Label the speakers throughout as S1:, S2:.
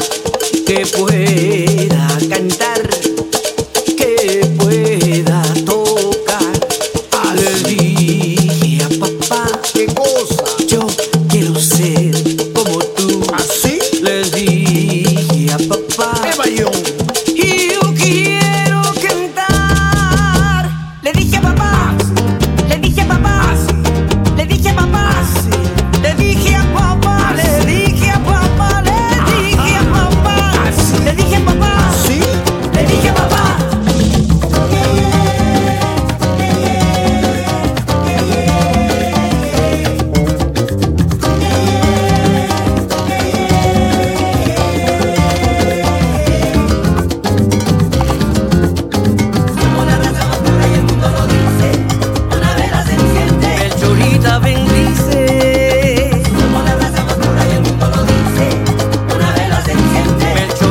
S1: Eh,
S2: Este este Este este este este Este este este Este este Este este Este este Este este
S1: Eh,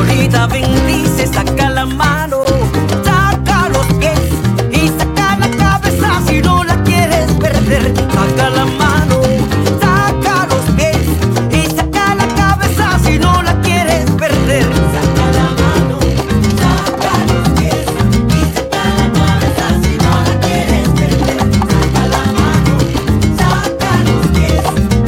S2: vida bendice, saca la mano, saca los pies y saca la cabeza si no la quieres perder. Saca la mano, saca los pies y saca la cabeza si no la quieres perder. Saca la mano, saca los pies y saca la cabeza si no la quieres perder. Saca la mano, saca los pies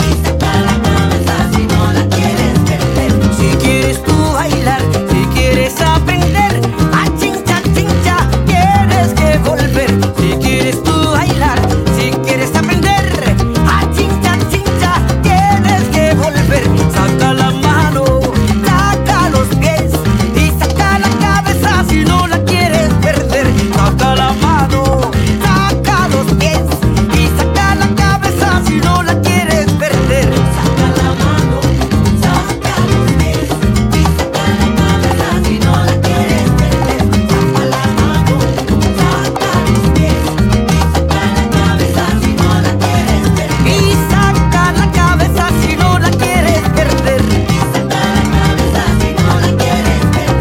S2: y saca la cabeza si no la quieres perder. Si quieres tú bailar, si quieres aprender, a chincha chincha tienes que volver. Si quieres tú bailar, si quieres aprender, a chincha chincha tienes que volver. Saca la mano, saca los pies y saca la cabeza si no la quieres perder. Saca la mano, saca los pies y saca la cabeza si no la quieres perder. Saca la mano, saca los pies y saca la cabeza si no la quieres perder. Saca la mano, saca los pies y saca la cabeza si no la quieres perder. Y saca la cabeza si no la quieres perder.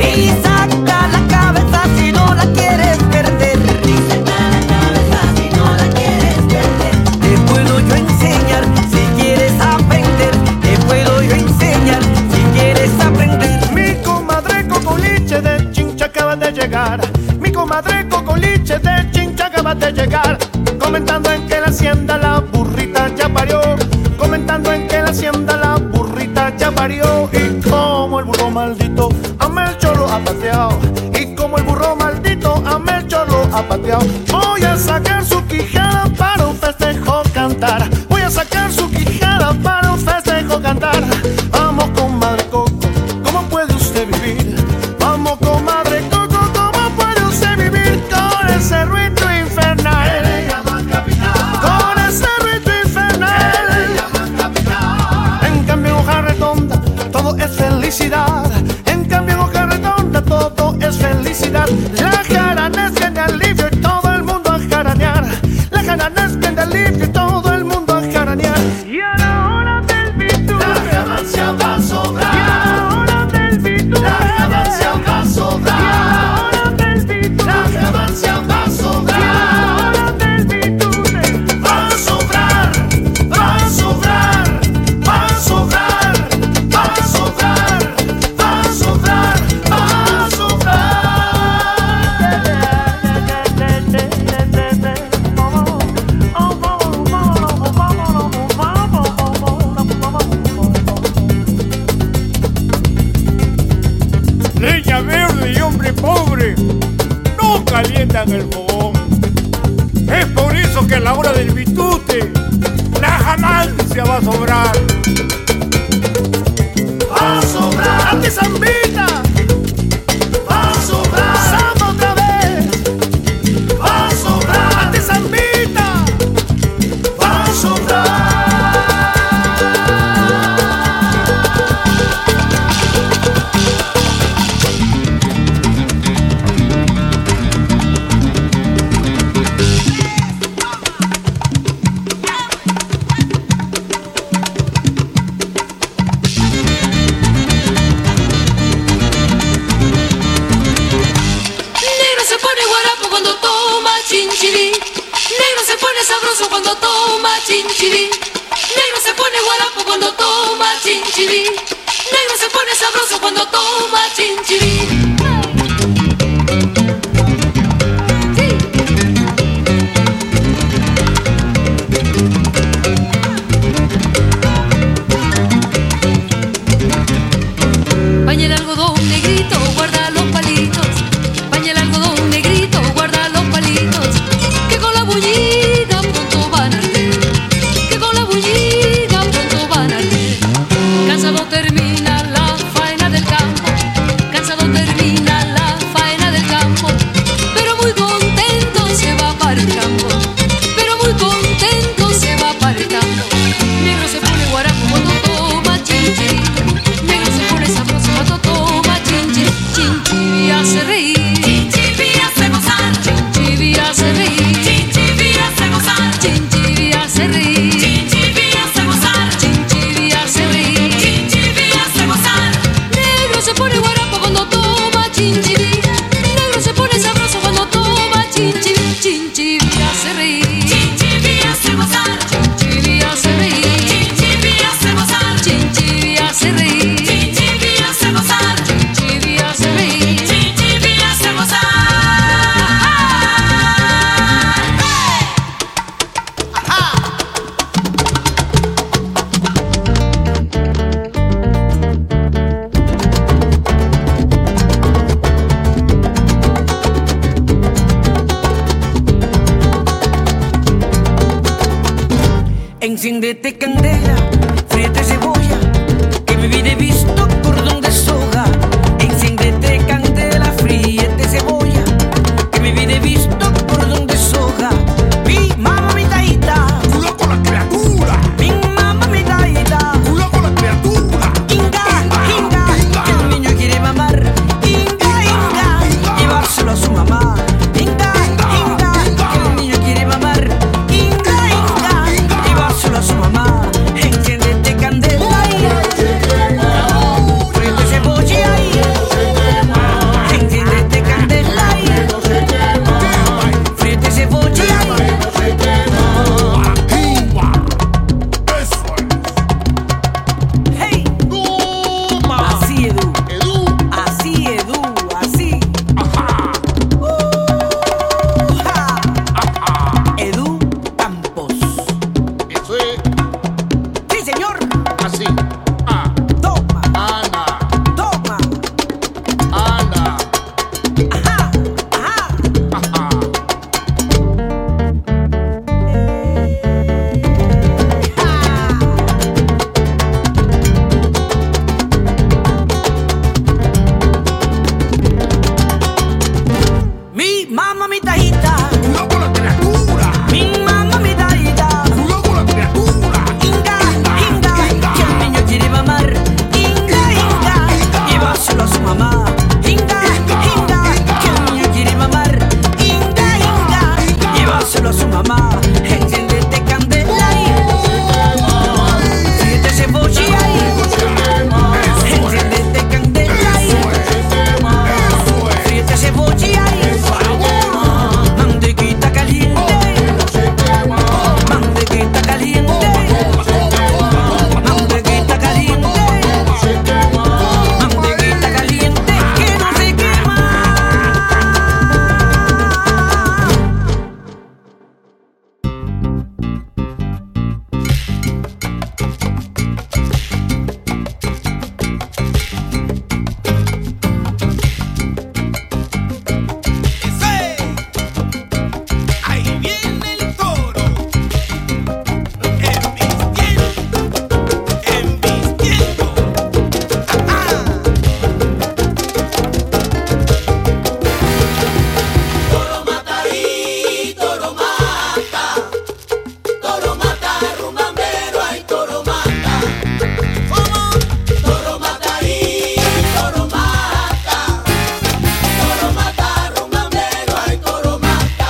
S2: Y saca la cabeza si no la quieres perder. Y saca la cabeza si no la quieres perder. Y saca la cabeza si no la quieres perder. Te puedo yo enseñar si quieres aprender. Te puedo yo enseñar si quieres aprender.
S3: Mi comadre cocoliche de chincha acaba de llegar. Mi comadre cocoliche de chincha acaba de llegar. Comentando en que la hacienda la burrita ya parió. Comentando en que la hacienda la burrita ya parió. Y como el burro maldito a Melchor lo ha pateado. Y como el burro maldito a Melchor lo ha pateado. Voy a sacar su quijada para un festejo cantar. Voy a sacar su quijada para un festejo cantar. Vamos con madre coco. ¿Cómo puede usted vivir? Vamos, comadre Coco, ¿cómo puede usted vivir con ese ruido infernal? Con ese ruido infernal. En cambio, en hoja redonda, todo es felicidad. En cambio, en hoja redonda, todo es felicidad. La jarana es en alivio y todo el mundo a jaranear. La jarana es en alivio y todo el mundo a jaranear. Y a la hora del pintura, la ganancia va a sobrar. Y a la hora del pintura, la ganancia va a sobrar. Y a la hora del pintura, la ganancia va a sobrar. Y a la hora del pintura, va a sobrar, va a sobrar, va a sobrar, va a sobrar, va a sobrar, va a
S4: Leña verde y hombre pobre no calientan el fogón. Es por eso que a la hora del bitute la ganancia va a sobrar.
S3: va a sobrar. ¡Ante Zambita! ¡Va a sobrar! ¡Samba otra vez! ¡Va a sobrar! ¡Ante Zambita! ¡Va a sobrar!
S5: Negro se pone guarapo cuando toma chinchilín. Negro se pone sabroso cuando toma chinchilín. Negro se pone guarapo cuando toma chinchilín. Negro se pone sabroso cuando toma chinchilín. Baña el algodón negrito, guarda los palitos. Baña el algodón negrito, guarda los palitos. Que con la bullida pronto van a arder. Que con la bullida pronto van a arder. Cansado termina la faena del campo. Cansado termina la faena del campo. Pero muy contento se va para el campo. Pero muy contento se va para el campo. Negro se pone guarapo cuando toma chinchiri. Negro se pone sabroso cuando toma chinchiri. Chinchiri hace reír. Chinchiri hace gozar. Chinchiri hace reír. Chinchiri hace gozar. Chinchiri hace reír. Chinchiri hace gozar. Chinchiri hace reír. Chinchiri hace gozar. Negro se pone guarapo cuando toma chinchibí. Negro se pone sabroso cuando toma chinchibí. Chinchibí hace reír. Chinchibí hace gozar. Chinchibí hace reír. Chinchibí hace gozar. Chinchibí hace reír. Chinchibí hace gozar. Chinchibí hace reír. Chinchibí hace gozar.
S2: Enciéndete candela, frete cebolla, que mi vida he visto cordón de soga. Enciéndete candela, fríete cebolla, que mi vida he visto cordón de soga. Mi mamá mi taita,
S4: Cuidado con la criatura.
S2: mi mamá mi taita,
S4: Cuidado con la criatura.
S2: inga, inga, que el niño quiere mamar, inga, inga, llevárselo a su mamá. Inga, inga, que el niño quiere mamar, inga, inga, llevárselo a su mamá. Enciéndete candela y... Prende cebolla ahí. Enciéndete candela ahí. Prende cebolla ahí.
S4: Para Cuba. Eso es.
S2: Hey,
S4: Toma.
S2: así Edu,
S4: Edu.
S2: así Edu, así.
S4: Ajá.
S2: Oh, ja.
S4: Ajá.
S2: Edu Campos.
S4: Eso es
S2: Sí, señor.
S4: así. Ah,
S2: Toma,
S4: Ana.
S2: toma.
S4: Ana.
S2: Ajá, ajá.
S4: Ajá.
S2: Mi mamá, mi tajita.
S4: Cuidado con la criatura.
S2: Mi mamá, mi tajita.
S4: Cuidado con la criatura.
S2: Inga, inga, que el niño quiere mamar. Inga, inga, llevárselo a su mamá. Inga, inga, que el niño quiere mamar. Inga, inga, llevárselo a su mamá. Enciéndete candela y fíjate cebolla y enciéndete candela y fíjate cebolla y mantequita caliente. Mantequita caliente, mantequita caliente, mantequita caliente que no se quema.
S6: Ahí viene el toro, embistiendo, embistiendo. Toro matarí, toro mata, toro mata, rumambero hay toro mata. Toro matarí, toro mata, toro mata, rumambero hay toro mata.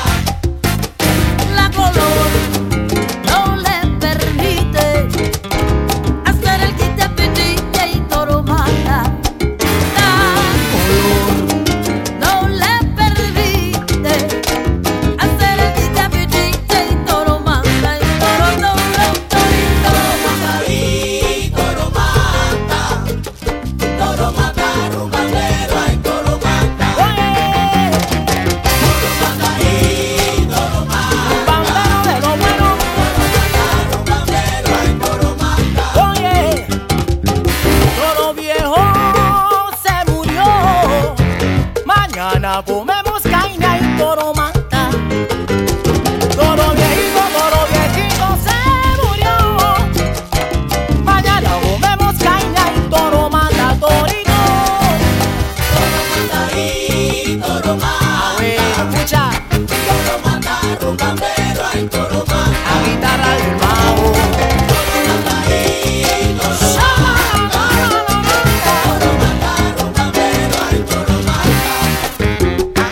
S7: La color no le permite hacer el quite pitilla y toro mata. La color no le permite hacer el quite pitilla y toro mata. Y toro, toro, torito.
S6: Matarí, toro mata, toro mata, rumbandero hay toro mata. Toro matarí, toro mata,
S2: Bandero de lo bueno,
S6: rumbandero hay toro mata.
S2: oye, todo viejo se murió. Mañana comemos caña y toro mata. Todo viejito, todo viejito se murió. Mañana comemos caña y toro mata, torito.
S6: Toro matarí, toro mata,
S2: Bueno, escucha
S6: toro mata, rumbandero hay toro mata.
S2: a guitarra del bajo.
S6: Toro matarí, toro mata, toro mata, rumbandero hay toro mata.
S2: A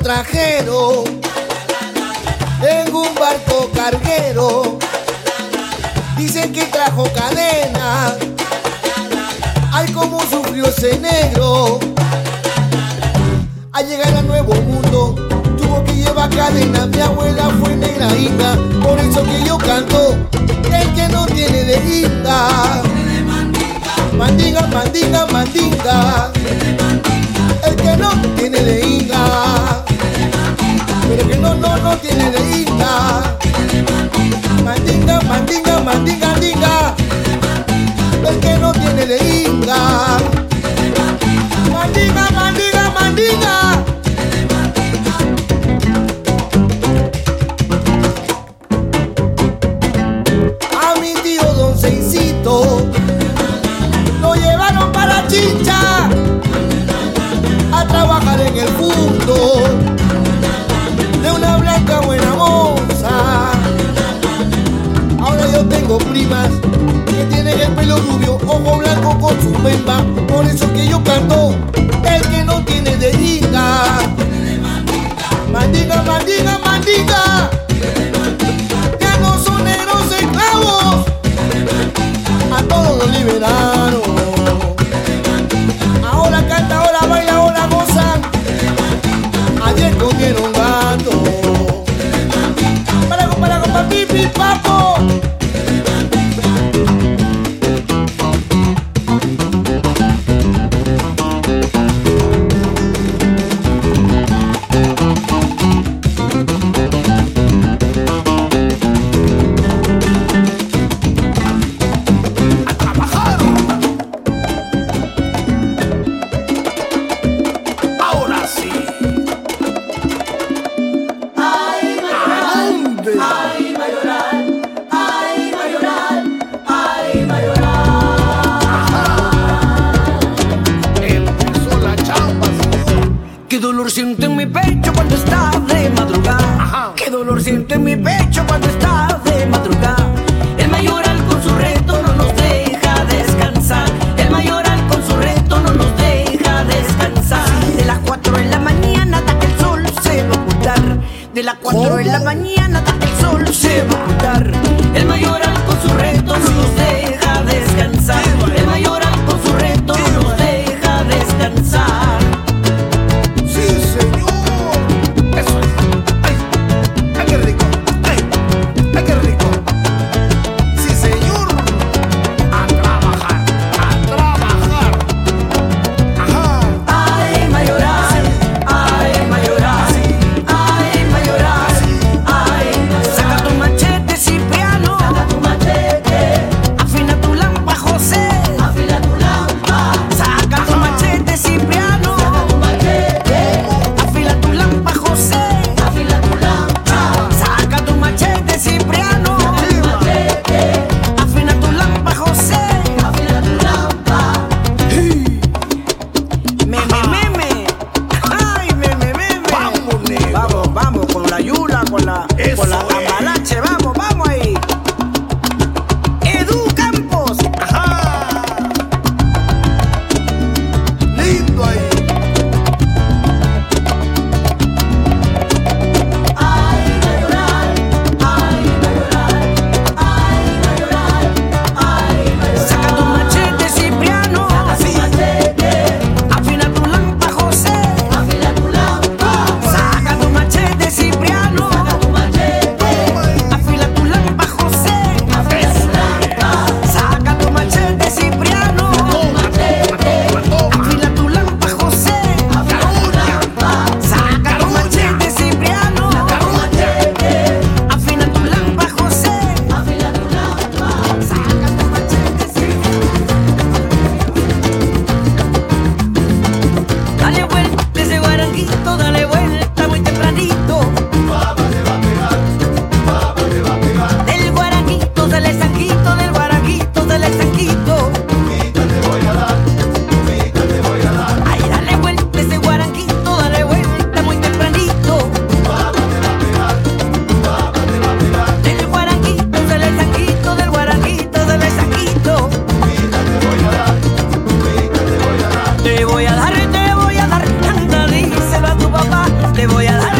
S8: pasajero en un barco carguero. Dicen que trajo cadena. Ay, como sufrió ese negro. Al llegar al nuevo mundo, tuvo que llevar cadena. Mi abuela fue negra inda, por eso que yo canto. El que no tiene de inda. Mandinga, mandinga, mandinga. El que no tiene de inda. Pero que no, no, no tiene de inda. Mandinga, mandinga, mandinga, dinga. El que no tiene de inda. Mandinga, mandinga, mandinga. A mi tío Don Seisito lo llevaron para Chincha a trabajar en el punto de una blanca buena moza. Ahora yo tengo primas que tienen el pelo rubio, ojo blanco con su bemba. Por eso que yo canto, el que no tiene de linda. Mandinga, mandinga, mandinga. Ya no son negros esclavos a todos los liberaron. Ahora canta, ahora baila, ahora gozan. Ayer comieron gato. Para con para con pa pi pi papo.
S1: Ahora sí. Ande. Empezó la chamba, señor.
S9: Qué dolor siento en mi pecho cuando está de madrugada.
S1: Ajá.
S9: Qué dolor siento en mi pecho cuando está de madrugada. El mayoral con su reto no nos deja descansar. El mayoral con su reto no nos deja descansar. De las 4 de la mañana hasta que el sol se va a ocultar. De las 4 de la mañana hasta que el sol se va a ocultar. El mayoral con su reto no nos deja descansar. El mayoral con su reto no nos deja descansar.
S1: Sí, señor. Eso es. Ay, ay, qué rico. Ay, ay, qué rico. Sí, señor. A trabajar, a trabajar. Ajá.
S9: Ay, mayoral, ay, mayoral, ay, mayoral, ay, saca tu machete, Cipriano, saca tu machete, afina tu lampa, José, afina tu lampa, saca tu machete, Cipriano, saca tu machete, afila tu lampa, José, afila tu lampa, saca tu machete, Cipriano, saca tu machete, afina tu lampa, José, afina tu lampa. Meme, meme. Ay, meme, meme.
S1: Vamos, negro.
S9: Vamos, vamos, con la yula, con la,
S1: Eso
S9: con la
S1: es.
S9: cambalache. Vamos, vamos ahí. Edu Campos.
S1: Ajá. Lindo ahí.
S9: Saca tu machete, Cipriano. Afina tu lampa, José. Saca tu machete, Cipriano. Afila tu lampa, José. Saca tu machete, Cipriano. Afila tu lampa, José. Saca tu machete, Cipriano. Afina tu lampa, José. Saca tu machete, Cipriano. Dale vuelta ese guaranguito, dale vuelta muy tempranito. Del guaranguito, del estanquito, del guaranguito, del estanquito. Ay, dale vuelta ese guaranguito, dale vuelta muy tempranito. Del guaranguito, del estanquito, del guaranguito, del estanquito. Te voy a dar, te voy a dar, anda, díselo a tu papá. Te voy a dar,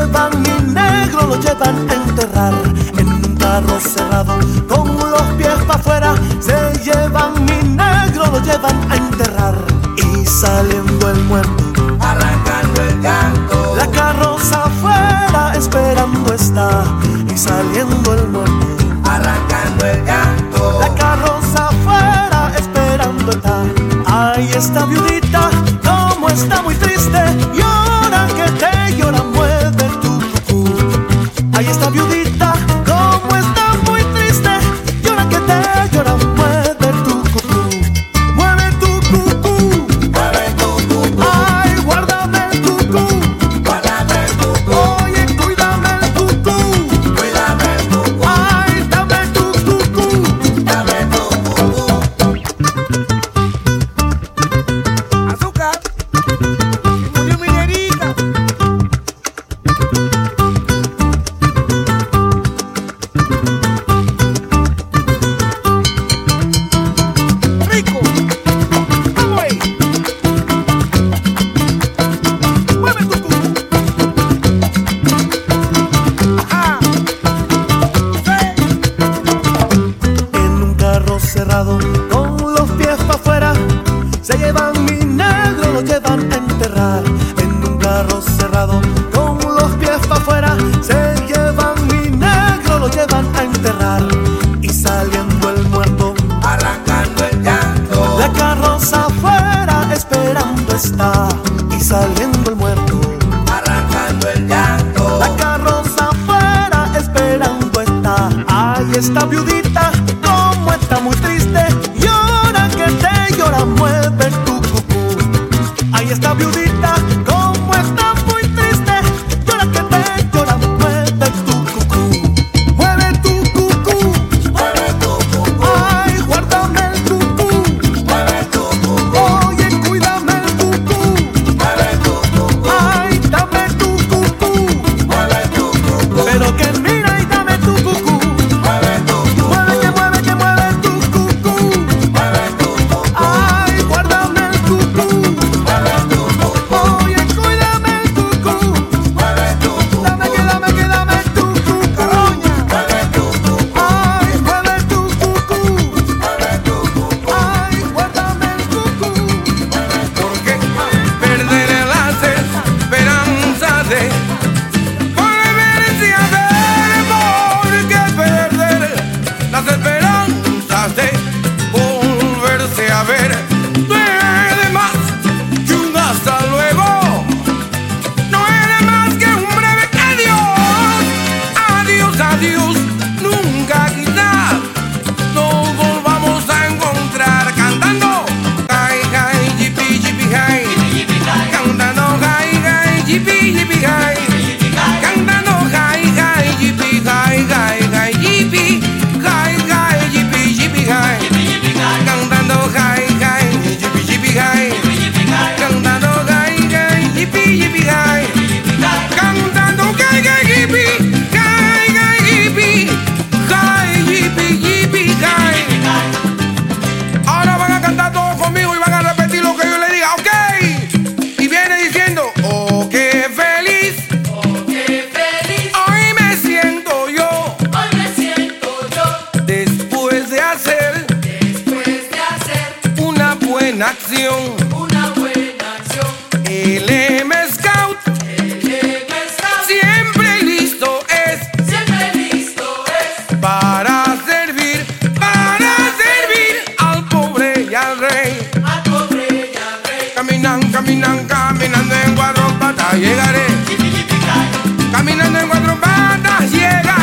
S2: lo llevan a enterrar en un carro cerrado con los pies para afuera se llevan mi negro lo llevan a enterrar y saliendo el muerto
S10: arrancando el canto,
S2: la carroza afuera esperando está y saliendo el muerto
S10: arrancando el canto,
S2: La carroza afuera esperando está. Ahí está viudita, como está muy triste. Llora que te llora, mueve tu cucú. Ahí está viudita, como está muy triste. Llora que te llora, mueve tu cucú. Mueve tu cucú.
S10: mueve tu cucú,
S2: Ay, guárdame el cucú.
S10: guárdame el cucú,
S2: Oye, cuídame el cucú.
S10: cuídame el cucú,
S2: Ay, dame tu cucú.
S10: dame tu cucú.
S3: Azúcar, que murió mi negrita. Rico, vamos ahí. Mueve tu culo. Ajá. Sí.
S2: en un carro cerrado con los pies para afuera. Se llevan mi negro, lo llevan a enterrar en un carro cerrado con los pies para afuera. Se llevan mi negro, lo llevan a enterrar y saliendo el muerto.
S10: Arrancando el canto,
S2: La carroza afuera esperando está y saliendo el muerto.
S10: arrancando el canto,
S2: La carroza afuera esperando está. Ahí está viudita, como está muy triste. Llora que te llora, mueve tu cucú. Ahí está viudita, como está muy triste. Llora que te llora, mueve tu cucú. Mueve tu cucú.
S10: mueve tu cucú,
S2: Ay, guárdame el cucú.
S10: mueve tu cucú,
S2: Oye, cuídame el cucú.
S10: mueve tu cucú,
S2: Ay, dame tu cucú.
S10: mueve tu cucú,
S2: Pero que mira y dame tu cucú.
S10: mueve tu cucú,
S2: Mueve que mueve que mueve tu cucú.
S10: mueve tu cucú,
S2: Ay, guárdame el cucú.
S10: mueve tu cucú,
S2: Oye, cuídame el cucú.
S10: mueve tu cucú,
S2: Dame que dame que dame tu cucú.
S10: mueve tu cucú,
S2: Ay, mueve tu
S10: mueve tu cucú.
S2: cucú. Ay, guárdame el cucú.
S11: porque perderé las esperanzas de volverse a ver, porque perder las esperanzas de volverse a ver duele más que un hasta luego, no era más que un breve adiós, adiós, adiós, nunca quizás nos volvamos a encontrar cantando Hi, hi, yipi, yipi, hi Cantando hi, hi, yipi, yipi, hi Cantando hi, hi, yipi, hi, hi, hi, yipi Hi, hi, yipi, yipi, hi Cantando hi, hi, yipi, yipi, hi Cantando hi, hi, yipi, yipi, hi Cantando hi, hi, yipi, hi, hi, yipi Hi, yipi, yipi, hi Ahora van a cantar todos conmigo y van a repetir lo que yo le diga, ¿ok? Y viene diciendo, oh, qué feliz,
S5: Qué feliz
S11: hoy me siento yo,
S5: hoy me siento yo
S11: después de hacer
S5: después de hacer
S11: una buena acción.
S5: una buena acción.
S11: LM Scout
S5: El pescado
S11: siempre listo es
S5: siempre listo es
S11: para servir, para servir al pobre y al rey.
S5: al pobre y al rey.
S11: Caminan, caminan, caminando en cuatro patas, llegaré. Caminando en cuatro patas, llegaré.